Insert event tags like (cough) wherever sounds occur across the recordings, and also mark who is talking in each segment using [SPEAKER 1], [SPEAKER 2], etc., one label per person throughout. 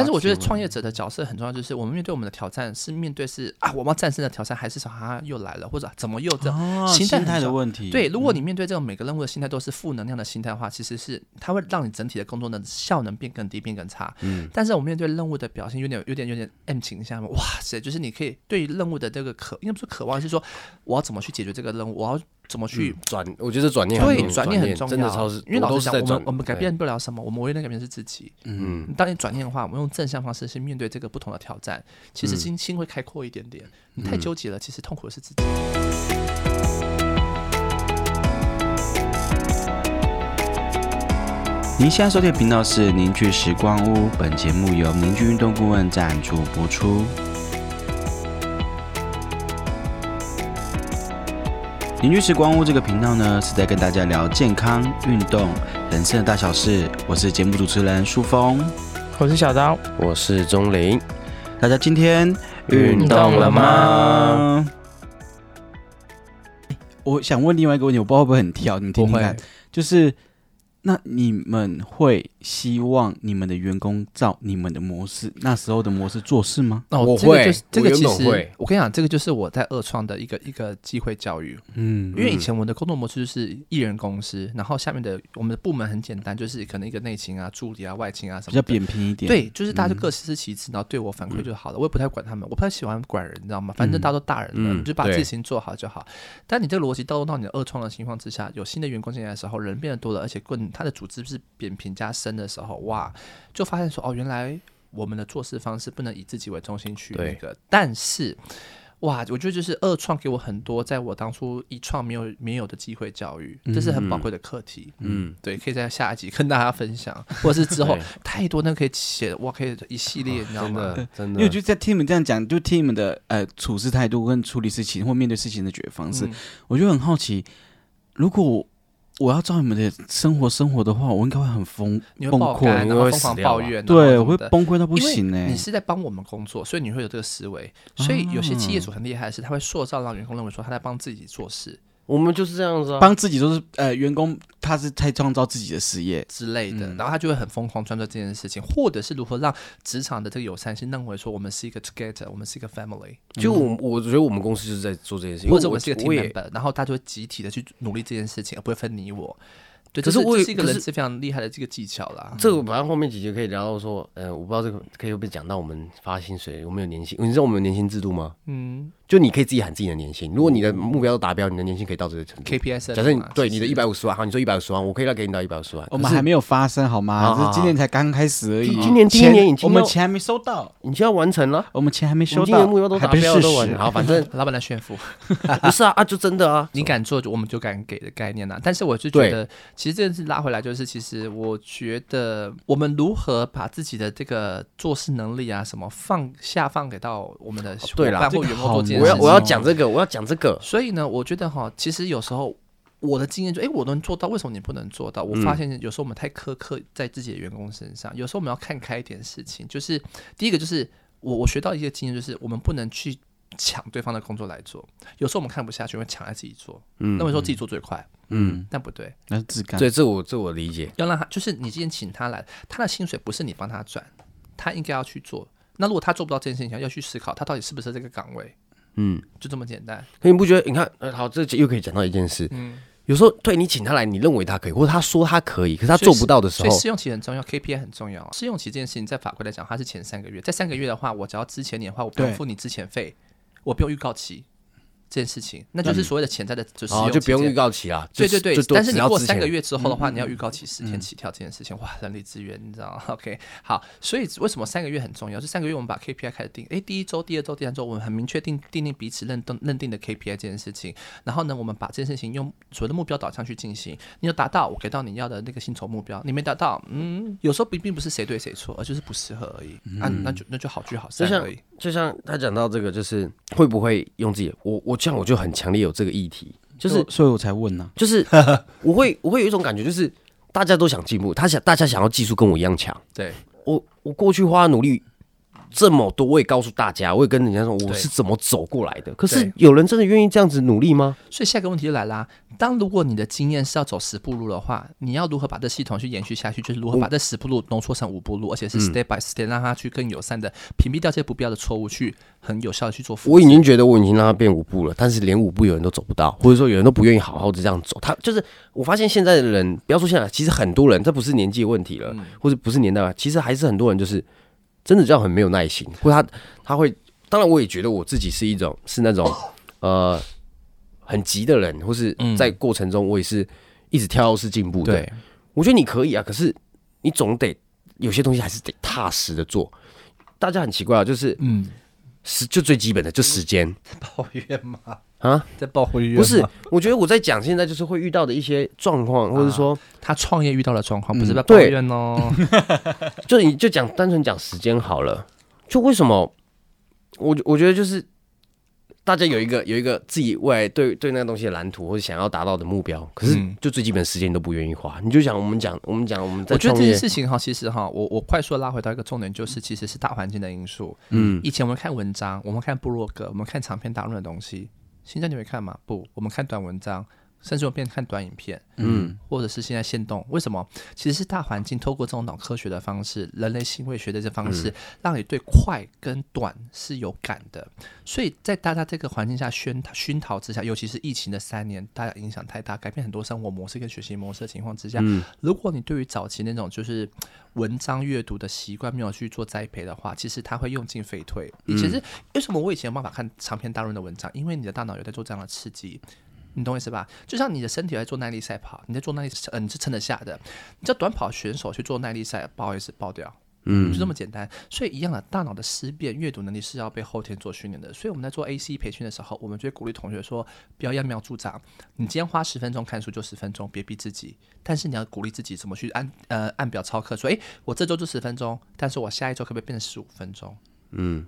[SPEAKER 1] 但是我觉得创业者的角色很重要，就是我们面对我们的挑战是面对是啊，我们要战胜的挑战，还是说啊又来了，或者怎么又这样？
[SPEAKER 2] 哦，
[SPEAKER 1] 心态很
[SPEAKER 2] 态的
[SPEAKER 1] 重要
[SPEAKER 2] 问题，嗯
[SPEAKER 1] 对，如果你面对这种每个任务的心态都是负能量的心态的话，其实是它会让你整体的工作的效能变更低，变更差。
[SPEAKER 2] 嗯，
[SPEAKER 1] 但是我面对任务的表现有点、有点、有点 M 倾向嘛，哇塞！就是你可以对于任务的这个渴，应该不是渴望，是说我要怎么去解决这个任务，我要怎么去、
[SPEAKER 3] 转，我觉得转念很
[SPEAKER 1] 对
[SPEAKER 3] 重要
[SPEAKER 1] 转念很重要，
[SPEAKER 3] 真的超是，
[SPEAKER 1] 因为
[SPEAKER 3] 我
[SPEAKER 1] 老
[SPEAKER 3] 都
[SPEAKER 1] 实
[SPEAKER 3] 是
[SPEAKER 1] 讲，
[SPEAKER 3] 在
[SPEAKER 1] 我
[SPEAKER 3] 转
[SPEAKER 1] 们，我们改变不了什么，我们唯一能改变的是自己。
[SPEAKER 3] 嗯，
[SPEAKER 1] 当你转念的话，我们用正向方式去面对这个不同的挑战，其实
[SPEAKER 3] 嗯
[SPEAKER 1] 心心会开阔一点点。你太纠结了，其实痛苦的是自己。
[SPEAKER 2] 您现在收听的频道是凝聚时光屋，本节目由凝聚运动顾问赞助播出。凝聚时光屋这个频道呢，是在跟大家聊健康、运动、人生的大小事。我是节目主持人舒峰，
[SPEAKER 4] 我是小刀，
[SPEAKER 3] 我是钟林，
[SPEAKER 2] 大家今天
[SPEAKER 3] 运
[SPEAKER 4] 动了
[SPEAKER 3] 吗？
[SPEAKER 2] 我想问另外一个问题，我不知道会不会很跳，你们听听
[SPEAKER 1] 不会
[SPEAKER 2] 看，就是那你们会希望你们的员工照你们的模式，那时候的模式做事吗？
[SPEAKER 1] 那我
[SPEAKER 3] 我
[SPEAKER 1] 哦这个
[SPEAKER 3] 会
[SPEAKER 1] 就是这
[SPEAKER 3] 我
[SPEAKER 1] 个
[SPEAKER 3] 原
[SPEAKER 1] 其
[SPEAKER 3] 本
[SPEAKER 1] 实
[SPEAKER 3] 会
[SPEAKER 1] 我跟你讲，这个就是我在二创的一个一个机会教育，
[SPEAKER 2] 嗯
[SPEAKER 1] 因为以前我的工作模式就是艺人公司，然后下面的我们的部门很简单，就是可能一个内勤啊、助理啊、外勤啊什
[SPEAKER 2] 比
[SPEAKER 1] 么
[SPEAKER 2] 较
[SPEAKER 1] 的。
[SPEAKER 2] 扁平一点。
[SPEAKER 1] 对，就是大家就
[SPEAKER 3] 嗯
[SPEAKER 1] 各司其职，然后对我反馈就好了。我也不太管他们，我不太喜欢管人，你知道吗？反正大家都大人了，
[SPEAKER 3] 嗯
[SPEAKER 1] 你就把
[SPEAKER 3] 对
[SPEAKER 1] 自己事情做好就好。但你这个逻辑倒用到你的二创的情况之下，有新的员工进来的时候，人变得多了，而且更他的组织是扁平加深的时候，哇，就发现说哦，原来我们的做事方式不能以自己为中心去那
[SPEAKER 3] 对
[SPEAKER 1] 个，但是。哇，我觉得就是二创给我很多在我当初一创没有没有的机会教育，这是很宝贵的课题。
[SPEAKER 3] 嗯，
[SPEAKER 1] 对，可以在下一集跟大家分享， (laughs) 或者是之后
[SPEAKER 3] 对
[SPEAKER 1] 太多那可以写，哇，可以一系列，你知道
[SPEAKER 3] 真
[SPEAKER 1] 吗？ (laughs)
[SPEAKER 3] 的真
[SPEAKER 2] 因
[SPEAKER 3] 的，
[SPEAKER 2] 为我就在听你们这样讲，就听你们的呃处事态度跟处理事情或面对事情的解决方式，
[SPEAKER 1] 嗯
[SPEAKER 2] 我就很好奇，如果我我要照你们的生活生活的话，我应该会很疯，
[SPEAKER 1] 你会
[SPEAKER 2] 崩
[SPEAKER 1] 爆
[SPEAKER 2] 溃
[SPEAKER 1] 肝，
[SPEAKER 3] 你
[SPEAKER 1] 然后
[SPEAKER 3] 会
[SPEAKER 1] 疯
[SPEAKER 3] 死
[SPEAKER 1] 狂
[SPEAKER 3] 掉
[SPEAKER 1] 抱
[SPEAKER 3] 吧
[SPEAKER 1] 怨，
[SPEAKER 2] 对，
[SPEAKER 1] 我
[SPEAKER 2] 我会崩溃到不
[SPEAKER 1] 因为
[SPEAKER 2] 行呢、欸
[SPEAKER 1] 你是在帮我们工作，所以你会有这个思维。所以有些企业
[SPEAKER 2] 啊
[SPEAKER 1] 主很厉害的是，他会塑造让员工认为说他在帮自己做事
[SPEAKER 3] 我们就是这样子啊，
[SPEAKER 2] 帮自己都是呃员工，他是在创造自己的事业，
[SPEAKER 1] 之类的，
[SPEAKER 2] 嗯
[SPEAKER 1] 然后他就会很疯狂专注这件事情，或者是如何让职场的这个友善性认为说我们是一个 together，我们是一个 family，
[SPEAKER 3] 就我我觉得我们公司就是在做这件事
[SPEAKER 1] 嗯
[SPEAKER 3] 情，
[SPEAKER 1] 或者
[SPEAKER 3] 因为
[SPEAKER 1] 我们是一个
[SPEAKER 3] 我
[SPEAKER 1] team
[SPEAKER 3] 也
[SPEAKER 1] member，然后大家就会集体的去努力这件事情，而不会分你我。对，
[SPEAKER 3] 可
[SPEAKER 1] 这
[SPEAKER 3] 是我
[SPEAKER 1] 这
[SPEAKER 3] 也
[SPEAKER 1] 是一个
[SPEAKER 3] 可
[SPEAKER 1] 人
[SPEAKER 3] 是
[SPEAKER 1] 是非常厉害的这个技巧啦。
[SPEAKER 3] 这个反正后面几节可以聊到说，呃，我不知道这个可以不可以讲到我们发薪水，我们有年薪，你知道我们有年薪制度吗？
[SPEAKER 1] 嗯
[SPEAKER 3] 就你可以自己喊自己的年薪，如果你的目标都达标，你的年薪可以到这个程度。
[SPEAKER 1] ，KPI 设
[SPEAKER 3] 假设
[SPEAKER 1] 定
[SPEAKER 3] 你
[SPEAKER 1] 嘛
[SPEAKER 3] 对
[SPEAKER 1] 啊其
[SPEAKER 3] 你的
[SPEAKER 1] 实
[SPEAKER 3] 一百五十万，好，你说一百五十万，我可以再给你到一百五十万。
[SPEAKER 2] 我们还没有发生好吗？
[SPEAKER 3] 好
[SPEAKER 2] 这
[SPEAKER 3] 好
[SPEAKER 2] 是今年才刚开始而已。
[SPEAKER 3] 今今年第一
[SPEAKER 2] 钱
[SPEAKER 3] 年已
[SPEAKER 2] 啊
[SPEAKER 3] 经
[SPEAKER 2] 我们
[SPEAKER 3] 要
[SPEAKER 2] 钱还没收到，
[SPEAKER 3] 你就要完
[SPEAKER 1] (laughs)
[SPEAKER 3] 成了，
[SPEAKER 2] 我们钱还没
[SPEAKER 3] 你
[SPEAKER 2] 收
[SPEAKER 3] 今年
[SPEAKER 2] 到，
[SPEAKER 3] 目标都
[SPEAKER 2] 还
[SPEAKER 3] 达
[SPEAKER 2] 不是
[SPEAKER 3] 标
[SPEAKER 2] 事
[SPEAKER 3] 了都完
[SPEAKER 2] 实
[SPEAKER 3] 成，。好，反正
[SPEAKER 1] 老板来炫富。
[SPEAKER 3] 不是啊啊，就真的啊，
[SPEAKER 1] 你敢做，我们就敢给的概念呐、但是我就觉得，其实这件事拉回来，就是其实我觉得，我们如何把自己的这个做事能力啊，什么放下放给到我们的伙
[SPEAKER 3] 哦对啦
[SPEAKER 1] 伴
[SPEAKER 2] 这
[SPEAKER 1] 或
[SPEAKER 2] 个
[SPEAKER 1] 员工做这件事情。哦
[SPEAKER 2] 好难
[SPEAKER 3] 我要我要讲这个，我要讲这个，
[SPEAKER 1] 所以呢，我觉得哈，其实有时候我的经验就，哎，我能做到，为什么你不能做到？我
[SPEAKER 3] 嗯
[SPEAKER 1] 发现有时候我们太苛刻在自己的员工身上，有时候我们要看开一点事情。就是第一个，就是我我学到一个经验，就是我们不能去抢对方的工作来做。有时候我们看不下去，会抢来自己做，
[SPEAKER 3] 嗯
[SPEAKER 1] 认为说自己做最快，
[SPEAKER 3] 嗯，
[SPEAKER 1] 但不对，
[SPEAKER 2] 那是质感。
[SPEAKER 3] 对，这我这我理解，
[SPEAKER 1] 要让他就是你今天请他来，他的薪水不是你帮他赚，他应该要去做。那如果他做不到这件事情，要去思考他到底适不适合这个岗位，
[SPEAKER 3] 嗯，
[SPEAKER 1] 就这么简单。
[SPEAKER 3] 可你不觉得？你看，呃，好，这又可以讲到一件事，
[SPEAKER 1] 嗯，
[SPEAKER 3] 有时候对你请他来，你认为他可以，或者他说他可以，可是他做不到的时
[SPEAKER 1] 所以
[SPEAKER 3] 候，
[SPEAKER 1] 试用期很重要，KPI 很重要。啊试用期这件事情在法规来讲，它是前三个月，在三个月的话，我只要之前年的话，我不用
[SPEAKER 2] 对
[SPEAKER 1] 付你之前费，我不用预告期这件事情，那就是所谓的潜在的就是
[SPEAKER 3] 嗯哦，就不用预。告期啦，
[SPEAKER 1] 对
[SPEAKER 3] 就
[SPEAKER 1] 对对
[SPEAKER 3] 就，多
[SPEAKER 1] 但是
[SPEAKER 3] 只
[SPEAKER 1] 你
[SPEAKER 3] 要嗯
[SPEAKER 1] 过
[SPEAKER 3] 之
[SPEAKER 1] 三个
[SPEAKER 3] 前
[SPEAKER 1] 月之后的话，你要预告期十天起跳这件事情，哇，人力资源你知道吗 (laughs) ？OK，好，所以为什么三个月很重要？这三个月我们把 KPI 开始定，诶，第一周、第二周、第三周，我们很明确定定定彼此认定认定的 KPI 这件事情，然后呢，我们把这件事情用所谓的目标导向去进行，你有达到，我给到你要的那个薪酬目标，你没达到，嗯，有时候并并不是谁对谁错，而就是不适合而已，啊，那就那就好聚好
[SPEAKER 3] 嗯就
[SPEAKER 1] 散
[SPEAKER 3] 像
[SPEAKER 1] 而已，
[SPEAKER 3] 就像他讲到这个，就是会不会用自己的？我我这样我就很强烈有这个议题，就是
[SPEAKER 2] 所以我才问呢、
[SPEAKER 3] 就是 (laughs) 我会我会有一种感觉，就是大家都想进步，他想大家想要技术跟我一样强。
[SPEAKER 1] 对，
[SPEAKER 3] 我我过去花努力这么多，我也告诉大家，我也跟人家说我
[SPEAKER 1] 对
[SPEAKER 3] 是怎么走过来的。可是
[SPEAKER 1] 对
[SPEAKER 3] 有人真的愿意这样子努力吗？
[SPEAKER 1] 所以下一个问题就来啦：当如果你的经验是要走十步路的话，你要如何把这系统去延续下去？就是如何把这十步路浓缩成五步路，而且是
[SPEAKER 3] 嗯
[SPEAKER 1] step by step，让它去更友善的屏蔽掉这些不必要的错误，去很有效的去做复
[SPEAKER 3] 我已经觉得我已经让他变五步了，但是连五步有人都走不到，或者说有人都不愿意好好的这样走。他就是我发现现在的人，不要说现在，其实很多人，这不是年纪的问题了，
[SPEAKER 1] 嗯
[SPEAKER 3] 或者不是年代吧，其实还是很多人就是真的这样很没有耐心，或者他他会，当然我也觉得我自己是一种是
[SPEAKER 1] (coughs)
[SPEAKER 3] 那种呃很急的人，或是
[SPEAKER 1] 嗯
[SPEAKER 3] 在过程中我也是一直跳跃式进步的。
[SPEAKER 1] 对，
[SPEAKER 3] 我觉得你可以啊，可是你总得有些东西还是得踏实的做。大家很奇怪啊，就是
[SPEAKER 1] 嗯，
[SPEAKER 3] 时就最基本的就时间
[SPEAKER 1] 抱怨吗？
[SPEAKER 3] 啊，
[SPEAKER 1] 在抱怨 (laughs)
[SPEAKER 3] 不是，我觉得我在讲现在就是会遇到的一些状况，或者说
[SPEAKER 1] 他创业遇到的状况，不是在抱
[SPEAKER 3] 嗯对
[SPEAKER 1] 怨哦。
[SPEAKER 3] 就你就讲单纯讲时间好了，就为什么我我觉得就是大家有一个有一个自己未来对对那个东西的蓝图或者想要达到的目标，可是
[SPEAKER 1] 嗯
[SPEAKER 3] 就最基本的时间你都不愿意花，你就想我们讲我们讲我们 (laughs) 在
[SPEAKER 1] 我觉得
[SPEAKER 3] 创
[SPEAKER 1] 这件
[SPEAKER 3] 业，
[SPEAKER 1] 事情哈，其实哈，我我快速地拉回到一个重点，就是其实是大环境的因素。
[SPEAKER 3] 嗯，
[SPEAKER 1] 以前我们看文章，我们看部落格，我们看长篇大论的东西。现在你会看吗？不，我们看短文章，甚至我们变成看短影片，嗯，或者是现在限动。为什么？其实是大环境透过这种脑科学的方式，人类行为学的这方式，让你对快跟短是有感的。所以在大家这个环境下熏熏陶之下，尤其是疫情的三年，大家影响太大，改变很多生活模式跟学习模式的情况之下，如果你对于早期那种就是文章阅读的习惯没有去做栽培的话，其实它会用进废退。其实为什么我以前有办法看长篇大论的文章？因为你的大脑有在做这样的刺激。你懂我意思吧？就像你的身体在做耐力赛跑，你在做耐力，呃，你是撑得下的。你叫短跑选手去做耐力赛，不好意思，爆掉。嗯，就这么简单。所以一样的，大脑的思辨、阅读能力是要被后天做训练的。所以我们在做 AC 培训的时候，我们就会鼓励同学说，不要揠苗助长。你今天花十分钟看书就十分钟，别逼自己。但是你要鼓励自己怎么去按呃按表操课，说，诶，我这周就十分钟，但是我下一周可不可以变成十五分钟？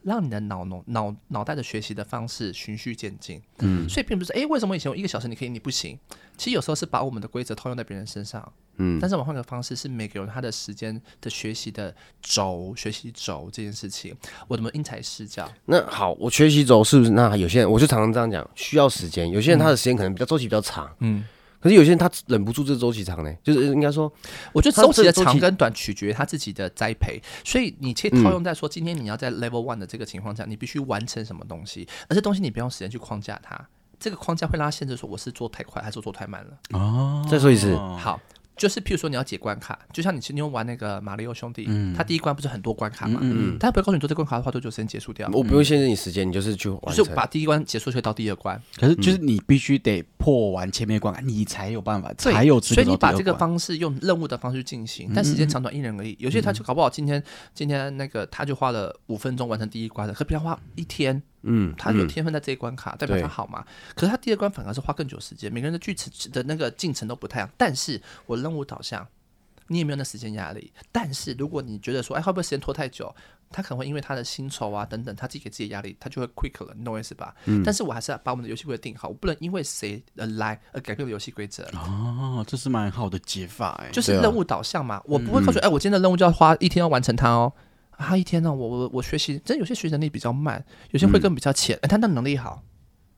[SPEAKER 1] 让你的脑脑脑脑袋的学习的方式循序渐进。嗯，所以并不是诶，为什么以前我一个小时你可以，你不行？其实有时候是把我们的规则套用在别人身上。嗯，但是我们换个方式，是每个人他的时间的学习的轴，学习轴这件事情，我怎么因材施教？
[SPEAKER 3] 那好，我学习走是不是？那有些人我就常常这样讲，需要时间。有些人他的时间可能比较周期比较长，
[SPEAKER 1] 嗯，
[SPEAKER 3] 可是有些人他忍不住这周期长呢，就是应该说，
[SPEAKER 1] 我觉得
[SPEAKER 3] 他
[SPEAKER 1] 周期
[SPEAKER 3] 这
[SPEAKER 1] 的
[SPEAKER 3] 周期
[SPEAKER 1] 长跟短取决于他自己的栽培，所以你去套用在说，今天你要在 level one 的这个情况下，你必须完成什么东西，而这东西你不用时间去框架它，这个框架会拉限制说我是做太快还是做太慢了。
[SPEAKER 2] 哦，
[SPEAKER 3] 再说一次，
[SPEAKER 1] 好，就是譬如说你要解关卡，就像你今天玩那个《马里奥兄弟》
[SPEAKER 2] 嗯
[SPEAKER 1] 它第一关不是很多关卡嘛？嗯他不会告诉你说这关卡的话多久时间结束掉，
[SPEAKER 3] 啊我不用限制你时间，你就是去完
[SPEAKER 1] 嗯就
[SPEAKER 3] 成
[SPEAKER 1] 是。把第一关结束，所以到第二关。
[SPEAKER 2] 可是就是你必须得破完前面的关卡，你才有办法，
[SPEAKER 1] 对
[SPEAKER 2] 才有资
[SPEAKER 1] 所
[SPEAKER 2] 格
[SPEAKER 1] 以你
[SPEAKER 2] 走第
[SPEAKER 1] 把
[SPEAKER 2] 二
[SPEAKER 1] 这个
[SPEAKER 2] 关。嗯
[SPEAKER 1] 方式用任务的方式去进行，但时间长短因人而异。有些他就搞不好今天今天那个他就花了五分钟完成第一关的，可别人花一天。嗯，他有天分在这一关卡，代表他
[SPEAKER 3] 对
[SPEAKER 1] 好嘛？可是他第二关反而是花更久时间，每个人的剧程的那个进程都不太一样。但是我任务导向，你也没有那时间压力。但是如果你觉得说，哎，会不会时间拖太久？他可能会因为他的薪酬啊等等，他自己给自己的压力，他就会 quick 了，你懂我意思吧？但是我还是要把我们的游戏规则定好，我不能因为谁而来而改变我的游戏规则。
[SPEAKER 2] 哦，这是蛮好的解法哎。
[SPEAKER 1] 就是
[SPEAKER 3] 对啊
[SPEAKER 1] 任务导向嘛，我不会告诉你，哎、我今天的任务就要花一天要完成它哦。啊，一天呢、我我我学习，真的有些学习能力比较慢，有些会更比较浅，哎、他那能力好，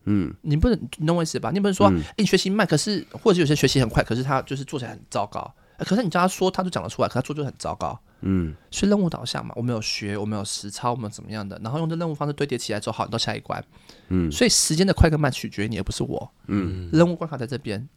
[SPEAKER 1] 嗯，你不能，你懂我意思吧？你不能说，哎、你学习慢，可是或者有些学习很快，可是他就是做起来很糟糕，哎可是你叫他说，他就讲得出来，可他做就很糟糕，嗯，所以任务导向嘛，我们有学，我们有实操，我们有怎么样的，然后用这任务方式堆叠起来之后，好，你到下一关，嗯，所以时间的快跟慢取决于你，而不是我，嗯，任务关卡在这边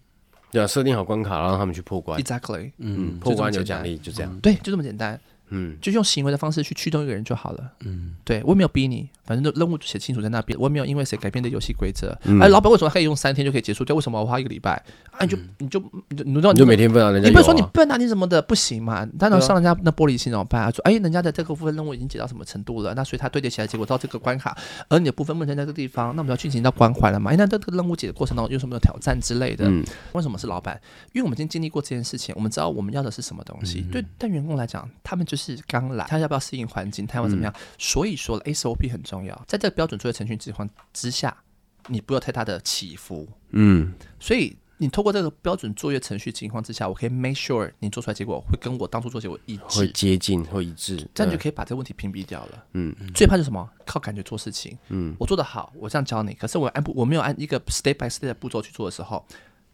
[SPEAKER 3] 对啊，设定好关卡，然后他们去破关，
[SPEAKER 1] ，exactly，
[SPEAKER 3] 嗯，
[SPEAKER 1] 就这么
[SPEAKER 3] 破关有
[SPEAKER 1] 简单
[SPEAKER 3] 奖励，就这样。
[SPEAKER 1] 对，就这么简单。
[SPEAKER 3] 嗯，
[SPEAKER 1] 就用行为的方式去驱动一个人就好了。嗯，对我也没有逼你，反正任务写清楚在那边，我也没有因为谁改变的游戏规则。
[SPEAKER 3] 嗯
[SPEAKER 1] 哎，老板为什么可以用三天就可以结束掉？为什么我花一个礼拜？啊，你就你就你就你
[SPEAKER 2] 嗯
[SPEAKER 1] 知道
[SPEAKER 3] 嗯你就每天分啊，人家
[SPEAKER 1] 你不
[SPEAKER 3] 有
[SPEAKER 1] 是说你
[SPEAKER 3] 啊。
[SPEAKER 1] 笨啊，你什么的不行嘛？但能
[SPEAKER 3] 对啊
[SPEAKER 1] 上人家那玻璃心怎么办啊？说哎，人家的这个部分任务已经解到什么程度了？那所以他堆叠起来，结果到这个关卡，而你的部分目前在这个地方，那我们要进行到关怀了嘛？哎，那这个任务解的过程当中有什么挑战之类的？
[SPEAKER 3] 嗯
[SPEAKER 1] 为什么是老板？因为我们已经经历过这件事情，我们知道我们要的是什么东西。
[SPEAKER 3] 嗯
[SPEAKER 1] 对，但员工来讲，他们就是刚来，他要不要适应环境，他要怎么样？所以说 SOP 很重要，在这个标准作业程序之况之下，你不要太大的起伏。
[SPEAKER 3] 嗯，
[SPEAKER 1] 所以你透过这个标准作业程序情况之下，我可以 make sure 你做出来结果会跟我当初做结果一
[SPEAKER 3] 会
[SPEAKER 1] 致，
[SPEAKER 3] 接近，会一致。
[SPEAKER 1] 这样
[SPEAKER 3] 嗯
[SPEAKER 1] 就可以把这个问题屏蔽掉了。
[SPEAKER 3] 嗯，
[SPEAKER 1] 最怕就是什么？靠感觉做事情。嗯，我做得好，我这样教你，可是我按部我没有按一个 step by step 的步骤去做的时候，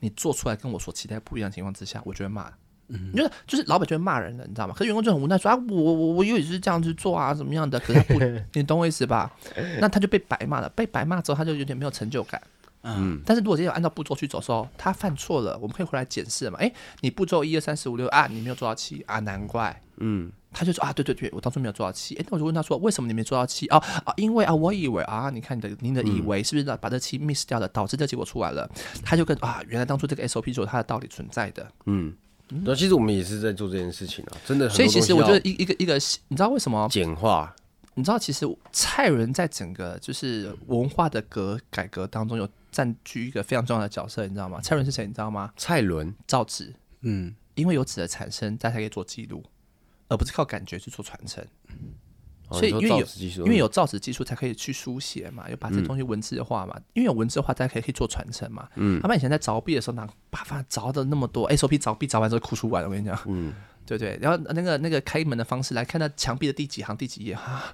[SPEAKER 1] 你做出来跟我所期待不一样的情况之下，我就会骂。嗯，因为就是老板就会骂人了，你知道吗？可是员工就很无奈说啊，我我我也是这样去做啊，怎么样的？可是他不， (laughs) 你懂我意思吧？那他就被白骂了，被白骂之后他就有点没有成就感。嗯，但是如果今天有按照步骤去走的时候，他犯错了，我们可以回来检视嘛？诶，你步骤一二三四五六啊，你没有做到七啊，难怪。他就说啊，对对对，我当初没有做到七。哎，那我就问他说，为什么你没做到七？哦啊，因为啊，我以为啊，你看你的您的以为
[SPEAKER 3] 嗯
[SPEAKER 1] 是不是把这七 miss 掉了，导致这结果出来了？他就跟啊，原来当初这个 SOP 是有它的道理存在的。
[SPEAKER 3] 那其实我们也是在做这件事情啊，真的很
[SPEAKER 1] 嗯所以
[SPEAKER 3] 多东西
[SPEAKER 1] 其
[SPEAKER 3] 要。
[SPEAKER 1] 实我觉得一一个一个，你知道为什么？
[SPEAKER 3] 简化，
[SPEAKER 1] 你知道其实蔡人在整个就是文化的革改革当中有占据一个非常重要的角色，你知道吗？蔡人是谁？你知道吗？
[SPEAKER 3] 蔡伦
[SPEAKER 1] 造纸，
[SPEAKER 2] 嗯，
[SPEAKER 1] 因为有纸的产生，大家可以做记录，而不是靠感觉去做传承。
[SPEAKER 3] 哦
[SPEAKER 1] 所以
[SPEAKER 3] 你
[SPEAKER 1] 因为
[SPEAKER 3] 说
[SPEAKER 1] 有
[SPEAKER 3] 造纸技术
[SPEAKER 1] 因为有造纸技术才可以去书写嘛，有把这东西文字化嘛，因为有文字化，大家可以可以做传承嘛。嗯，他们以前在凿壁的时候，哪把法凿的那么多 SOP 凿壁凿完之后哭出来了，我跟你讲。嗯， (laughs) 对对，然后那个那个开门的方式来看到墙壁的第几行第几页哈。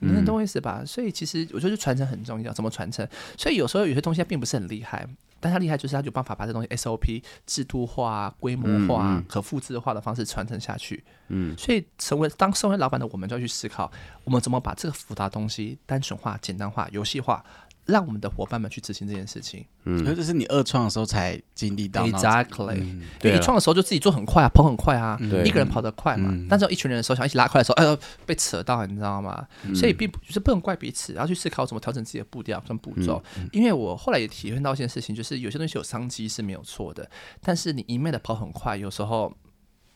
[SPEAKER 1] 你能懂我意思吧？所以其实我觉得传承很重要，怎么传承？所以有时候有些东西它并不是很厉害，但它厉害就是它有办法把这东西 SOP 制度化、规模化、可复制化的方式传承下去。嗯，所以成为当身为老板的我们就要去思考，我们怎么把这个复杂东西单纯化、简单化、游戏化，让我们的伙伴们去执行这件事情。
[SPEAKER 2] 可是这是你二创的时候才经历到，然后
[SPEAKER 1] Exactly，、因
[SPEAKER 3] 对
[SPEAKER 1] 为
[SPEAKER 3] 啊嗯
[SPEAKER 1] 一创的时候就自己做很快啊，跑很快啊，
[SPEAKER 3] 对嗯
[SPEAKER 1] 一个人跑得快嘛。但是有一群人的时候想一起拉快的时候，哎呦被扯到，你知道吗？
[SPEAKER 3] 嗯
[SPEAKER 1] 所以并不就是不能怪彼此，然后去思考怎么调整自己的步调跟步骤。
[SPEAKER 3] 嗯
[SPEAKER 1] 因为我后来也体会到一件事情，就是有些东西有商机是没有错的，但是你一昧的跑很快，有时候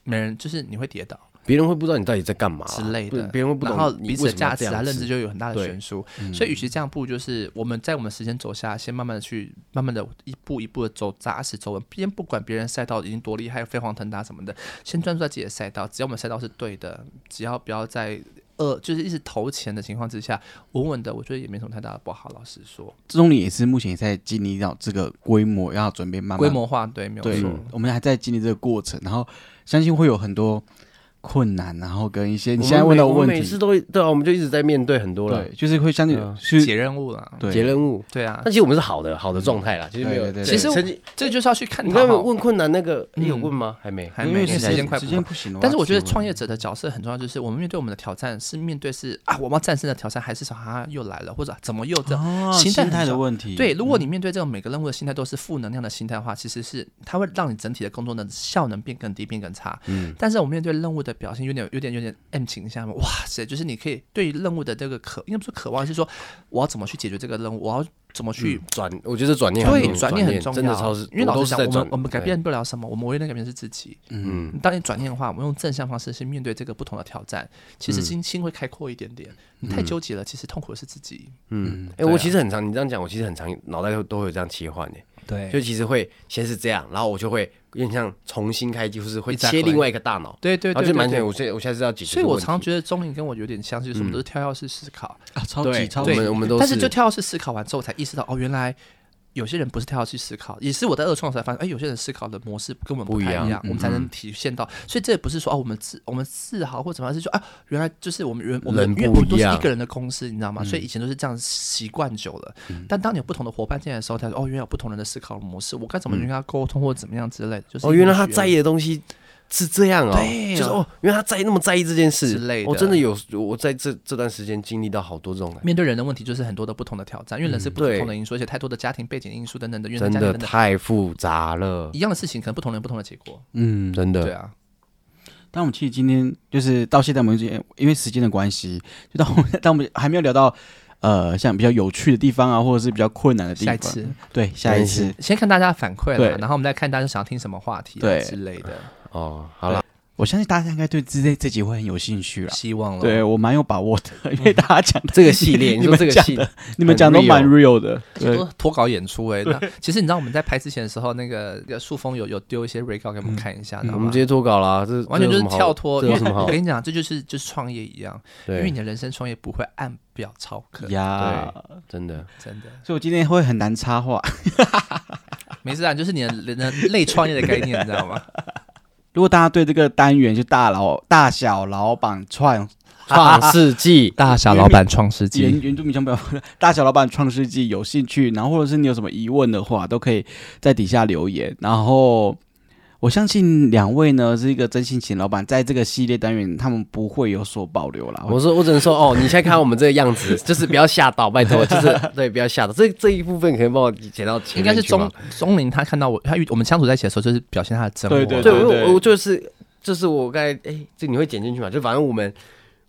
[SPEAKER 1] 没人就是你会跌倒。
[SPEAKER 3] 别人会不知道你到底在干嘛
[SPEAKER 1] 之类
[SPEAKER 3] 啊不
[SPEAKER 1] 的，
[SPEAKER 3] 别人会不懂
[SPEAKER 1] 然后
[SPEAKER 3] 你
[SPEAKER 1] 彼此
[SPEAKER 3] 为
[SPEAKER 1] 的
[SPEAKER 3] 什么要
[SPEAKER 1] 价值
[SPEAKER 3] 这
[SPEAKER 1] 啊、
[SPEAKER 3] 样
[SPEAKER 1] 认
[SPEAKER 3] 子
[SPEAKER 1] 知就有很大的
[SPEAKER 3] 对嗯
[SPEAKER 1] 悬殊。所以，与其这样，不如就是我们在我们时间轴下，先慢慢的去，慢慢的一步一步的走扎实走稳，先不管别人赛道已经多厉害、飞黄腾达什么的，先专注在自己的赛道。只要我们赛道是对的，只要不要在呃，就是一直投钱的情况之下，稳稳的，我觉得也没什么太大的不好。老实说，
[SPEAKER 2] 这种你也是目前也在经历到这个规模，要准
[SPEAKER 3] 啊
[SPEAKER 2] 备慢慢
[SPEAKER 1] 规模化对没有
[SPEAKER 2] 对
[SPEAKER 1] 错。，
[SPEAKER 2] 我们还在经历这个过程，然后相信会有很多困难，然后跟一些你
[SPEAKER 3] 我
[SPEAKER 2] 现在
[SPEAKER 3] 们
[SPEAKER 2] 问
[SPEAKER 3] 每
[SPEAKER 2] 到的
[SPEAKER 3] 我
[SPEAKER 2] 问
[SPEAKER 3] 们每次
[SPEAKER 2] 题，
[SPEAKER 3] 都会对啊，我们就一直在面对很多了
[SPEAKER 2] 对，就是会相对
[SPEAKER 3] 对啊
[SPEAKER 1] 解
[SPEAKER 2] 去
[SPEAKER 1] 任务了，
[SPEAKER 2] 对
[SPEAKER 3] 解任务。
[SPEAKER 1] 对啊
[SPEAKER 3] 但，其实我们是好的，好的状态啦，其实没有
[SPEAKER 2] 对对。对
[SPEAKER 1] 其
[SPEAKER 3] 对
[SPEAKER 1] 实我
[SPEAKER 3] 曾经
[SPEAKER 1] 这就是要去看
[SPEAKER 3] 你
[SPEAKER 1] 讨
[SPEAKER 3] 刚刚
[SPEAKER 1] 好。嗯
[SPEAKER 3] 问困难那个，你有问吗？还没，
[SPEAKER 1] 还
[SPEAKER 2] 因
[SPEAKER 1] 没，
[SPEAKER 2] 为
[SPEAKER 1] 因为时间快不
[SPEAKER 2] 时
[SPEAKER 1] 够
[SPEAKER 2] 间不行了，
[SPEAKER 1] 但是我觉得
[SPEAKER 2] 要
[SPEAKER 1] 创业者的角色很重要，就是我们面对我们的挑战是面对是啊，我们要战胜的挑战，还是说啊又来了，或者怎么又这样？
[SPEAKER 2] 哦
[SPEAKER 1] 心
[SPEAKER 2] 心
[SPEAKER 1] 态很
[SPEAKER 2] 态
[SPEAKER 1] 重
[SPEAKER 2] 的
[SPEAKER 1] 要
[SPEAKER 2] 问题，
[SPEAKER 1] 对，如果你面对这种每个任务的心态都是负能量的心态的话，其实是它会让你整体的工作的效能变更低，变更差。嗯，但是我们面对任务的表现有点、有点、有点 M 倾向嘛，哇塞，就是你可以对于任务的这个渴，应该不是渴望，是说我要怎么去解决这个任务，我要怎么去
[SPEAKER 3] 转，我觉得转念很
[SPEAKER 1] 对，
[SPEAKER 3] 重要
[SPEAKER 1] 转念很重要，
[SPEAKER 3] 真的超是，
[SPEAKER 1] 因为
[SPEAKER 3] 我
[SPEAKER 1] 老
[SPEAKER 3] 都
[SPEAKER 1] 实
[SPEAKER 3] 是
[SPEAKER 1] 讲，
[SPEAKER 3] 在
[SPEAKER 1] 我
[SPEAKER 3] 转
[SPEAKER 1] 们，我们改变不了什么，我们唯一能改变是自己。嗯，当你转念的话，我们用正向方式去面对这个不同的挑战，其
[SPEAKER 3] 嗯
[SPEAKER 1] 实心心会开阔一点点。你太纠结了，其实痛苦的是自己。
[SPEAKER 3] 嗯。哎，我其实很常，你这样讲，我其实很常脑袋都都会有这样切换的，
[SPEAKER 1] 啊对
[SPEAKER 3] 就其实会先是这样，然后我就会有点像重新开机，或是会切
[SPEAKER 1] Exactly
[SPEAKER 3] 另外一个大脑，
[SPEAKER 1] 对对
[SPEAKER 3] 然后
[SPEAKER 1] 对
[SPEAKER 3] 就
[SPEAKER 1] 对
[SPEAKER 3] 啊蛮想，
[SPEAKER 1] 对。
[SPEAKER 3] 我现在我现在是要解决
[SPEAKER 1] 所
[SPEAKER 3] 这
[SPEAKER 1] 以
[SPEAKER 3] 个问题。嗯
[SPEAKER 1] 我常觉得钟林跟我有点相似，就是我们都是跳跃式思考，
[SPEAKER 2] 啊，超
[SPEAKER 3] 对
[SPEAKER 2] 级超
[SPEAKER 3] 我
[SPEAKER 2] 级，
[SPEAKER 3] 们我们都
[SPEAKER 1] 但是就跳跃式思考完之后，我才意识到哦，原来。有些人不是跳跃式思考，也是我在二创才发现，哎，有些人思考的模式跟我们
[SPEAKER 3] 不一
[SPEAKER 1] 太一
[SPEAKER 3] 样嗯
[SPEAKER 1] 样，我们才能体现到。所以这也不是说哦，我们自我们自豪或怎么样，是说啊，原来就是我们原我们
[SPEAKER 3] 人
[SPEAKER 1] 因为
[SPEAKER 3] 不
[SPEAKER 1] 我们都
[SPEAKER 3] 一
[SPEAKER 1] 是
[SPEAKER 3] 样嗯
[SPEAKER 1] 一个人的公司，你知道吗？所以以前都是这样习惯久了。但当你有不同的伙伴进来的时候，他说哦，原来有不同人的思考模式，我该怎么去跟他沟通或怎么样之类的，就是
[SPEAKER 3] 嗯哦，原来他
[SPEAKER 1] 学
[SPEAKER 3] 在意的东西是这样哦，
[SPEAKER 1] 对
[SPEAKER 3] 就是哦，原来他在意那么在意这件事
[SPEAKER 1] 之类的
[SPEAKER 3] 我、真的有，我在这这段时间经历到好多这种感觉，
[SPEAKER 1] 面对人的问题，就是很多的不同的挑战，因为人是不
[SPEAKER 3] 嗯对
[SPEAKER 1] 同的因素，而且太多的家庭背景因素等等的，因为
[SPEAKER 3] 真
[SPEAKER 1] 家庭
[SPEAKER 3] 的
[SPEAKER 1] 等等
[SPEAKER 3] 太复杂了
[SPEAKER 1] 一，样的事情，可能不同人有不同的结果。
[SPEAKER 2] 嗯，
[SPEAKER 3] 真
[SPEAKER 1] 对
[SPEAKER 3] 的。
[SPEAKER 1] 啊，
[SPEAKER 2] 但我们其实今天就是到现在，我们已经因为时间的关系，就到我们但我们还没有聊到呃，像比较有趣的地方啊，或者是比较困难的地
[SPEAKER 1] 下
[SPEAKER 2] 方。
[SPEAKER 1] 一次。
[SPEAKER 2] 对，下一次。
[SPEAKER 1] (laughs) 先看大家的反馈
[SPEAKER 2] 对
[SPEAKER 1] 了，然后我们再看大家想要听什么话题、啊、
[SPEAKER 2] 对
[SPEAKER 1] 之类的，啊
[SPEAKER 3] 哦，好了，
[SPEAKER 2] 我相信大家应该对这这这集会很有兴趣啊啦。
[SPEAKER 1] 希望了。
[SPEAKER 2] 对我蛮有把握的，因为大家讲的
[SPEAKER 3] 嗯这个系列，
[SPEAKER 2] 你
[SPEAKER 3] 你说
[SPEAKER 2] 们
[SPEAKER 3] 这个
[SPEAKER 2] 讲
[SPEAKER 3] 系列
[SPEAKER 2] 的，你们讲都蛮 real 的，
[SPEAKER 1] 而且
[SPEAKER 2] 对
[SPEAKER 1] 都，是脱稿演出哎、那其实你知道我们在拍之前的时候，那个那个树峰有有丢一些 re 稿给我们看一下，知道
[SPEAKER 3] 嗯我
[SPEAKER 1] 吗
[SPEAKER 3] 们直接脱稿啦，这
[SPEAKER 1] 完全
[SPEAKER 3] 这
[SPEAKER 1] 就是
[SPEAKER 3] 有什么好
[SPEAKER 1] 跳脱。
[SPEAKER 3] 这
[SPEAKER 1] 因
[SPEAKER 3] 有
[SPEAKER 1] 为
[SPEAKER 3] 什么
[SPEAKER 1] 我 (laughs)
[SPEAKER 3] 好？
[SPEAKER 1] 跟你讲，这就是就是创业一样，因为
[SPEAKER 3] 对
[SPEAKER 1] 你，的人生创业不会按表操课，
[SPEAKER 2] 呀，
[SPEAKER 1] (laughs)
[SPEAKER 3] 真的，
[SPEAKER 1] 真的
[SPEAKER 2] 所以我今天会很难插话，
[SPEAKER 1] 没事啊，就是你的人的类创业的概念，你知道
[SPEAKER 3] (laughs)
[SPEAKER 1] 吗？
[SPEAKER 2] (laughs) 如果大家对这个单元就大老大小老板创
[SPEAKER 3] 创
[SPEAKER 1] (laughs)
[SPEAKER 3] 世纪
[SPEAKER 1] 大小老板创世
[SPEAKER 2] 原
[SPEAKER 1] 纪，
[SPEAKER 2] 原住民腔表大小老板创世纪有兴趣，然后或者是你有什么疑问的话，都可以在底下留言。然后我相信两位呢是一个真性情老板，在这个系列单元他们不会有所保留啦。
[SPEAKER 3] 我说，我只能说，哦，你现在看我们这个样子， (laughs) 就是不要吓到，拜
[SPEAKER 1] (laughs)
[SPEAKER 3] 托，就是对，不要吓到。这这一部分可以帮我剪到前
[SPEAKER 1] 应该
[SPEAKER 3] 面
[SPEAKER 1] 是
[SPEAKER 3] 去吗
[SPEAKER 1] 钟钟林他看到我，他遇我们相处在一起的时候，就是表现他的真我。
[SPEAKER 2] 对对
[SPEAKER 3] 对，
[SPEAKER 2] 对
[SPEAKER 3] 我我就是就是我刚才哎、这你会剪进去吗？就反正我们，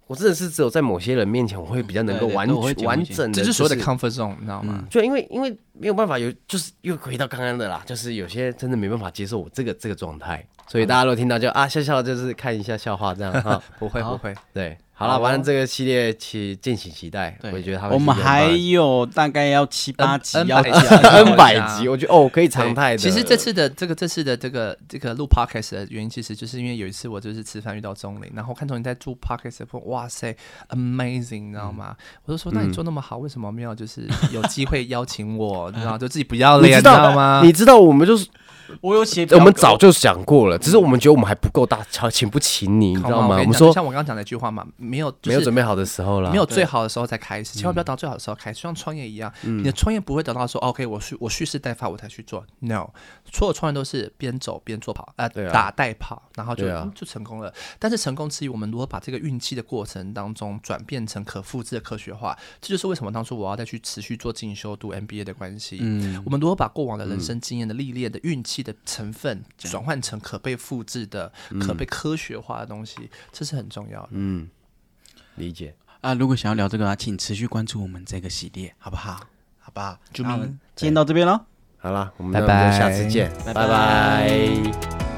[SPEAKER 3] 我真的是只有在某些人面前，我会比较能够
[SPEAKER 2] 对对
[SPEAKER 3] 完
[SPEAKER 2] 对我会剪
[SPEAKER 3] 完
[SPEAKER 2] 我会剪
[SPEAKER 3] 整的，
[SPEAKER 1] 这就是所谓的
[SPEAKER 3] 就嗯
[SPEAKER 1] comfort zone，你知道
[SPEAKER 2] 嗯
[SPEAKER 1] 吗？
[SPEAKER 3] 就因为因为没有办法有，就是又回到刚刚的啦，就是有些真的没办法接受我这个这个状态，所以大家都听到就啊笑笑，就是看一下笑话
[SPEAKER 1] (laughs)
[SPEAKER 3] 这样哈。
[SPEAKER 1] 不会不会，
[SPEAKER 3] 对，好了，完了这个系列其敬请期待，我也觉得他会
[SPEAKER 2] 我们
[SPEAKER 3] 是一个很棒
[SPEAKER 2] 还
[SPEAKER 3] 的
[SPEAKER 2] 有大概要七八集啊
[SPEAKER 1] N
[SPEAKER 2] 要
[SPEAKER 1] 百集
[SPEAKER 3] N 百集，我觉得哦可以常态的。
[SPEAKER 1] 其实这次的这个这次的这个这个录 podcast 的原因，其实就是因为有一次我就是吃饭遇到钟林，然后看钟林在做 podcast，的时候哇塞，amazing，你知
[SPEAKER 3] 嗯
[SPEAKER 1] 道吗？我就说，那你做那么好，为什么没有就是有机会邀请我？你知道，
[SPEAKER 3] (laughs)
[SPEAKER 1] 就自己不要
[SPEAKER 3] 你
[SPEAKER 1] 脸，
[SPEAKER 3] 知
[SPEAKER 1] 你知道吗？
[SPEAKER 3] 你知道我们就是
[SPEAKER 2] 我有写表
[SPEAKER 3] 我
[SPEAKER 2] 格，
[SPEAKER 3] 们早就想过了，只是我们觉得我们还不够大，请请不起你，你知
[SPEAKER 1] 嗯好
[SPEAKER 3] 道
[SPEAKER 1] 吗？
[SPEAKER 3] 吗？
[SPEAKER 1] 跟
[SPEAKER 3] 我
[SPEAKER 1] 你
[SPEAKER 3] 们
[SPEAKER 1] 讲
[SPEAKER 3] 说
[SPEAKER 1] 像我刚刚讲的一句话嘛，没有
[SPEAKER 3] 没有准
[SPEAKER 1] 备。
[SPEAKER 3] 备好的时候了，嗯
[SPEAKER 1] 没有最好的时候才开始，千万不要等到最好的时候开始。就像创业一样，你的创业不会等到说哦 OK，我蓄我蓄势待发我才去做。No，所有创业都是边走边做跑，呃，
[SPEAKER 3] 对啊
[SPEAKER 1] 打带跑，然后就、
[SPEAKER 3] 对啊
[SPEAKER 1] 嗯就成功了。但是成功之余，我们如何把这个运气的过程当中转变成可复制的科学化？这就是为什么当初我要再去持续做进修读 MBA 的关系。嗯，我们如何把过往的人生经验的历练的运气的成
[SPEAKER 3] 嗯
[SPEAKER 1] 分转换成可被复制的、可被科学化的东西，这是很重要的。
[SPEAKER 3] 理解。
[SPEAKER 2] 啊，如果想要聊这个啊，请持续关注我们这个系列，好不好？好不好？
[SPEAKER 1] 啾咪
[SPEAKER 2] 那我们今天到这边喽。
[SPEAKER 3] 好啦，我们
[SPEAKER 1] 拜
[SPEAKER 3] 那我们
[SPEAKER 1] 拜
[SPEAKER 3] 就下次见，
[SPEAKER 2] 拜
[SPEAKER 3] 拜拜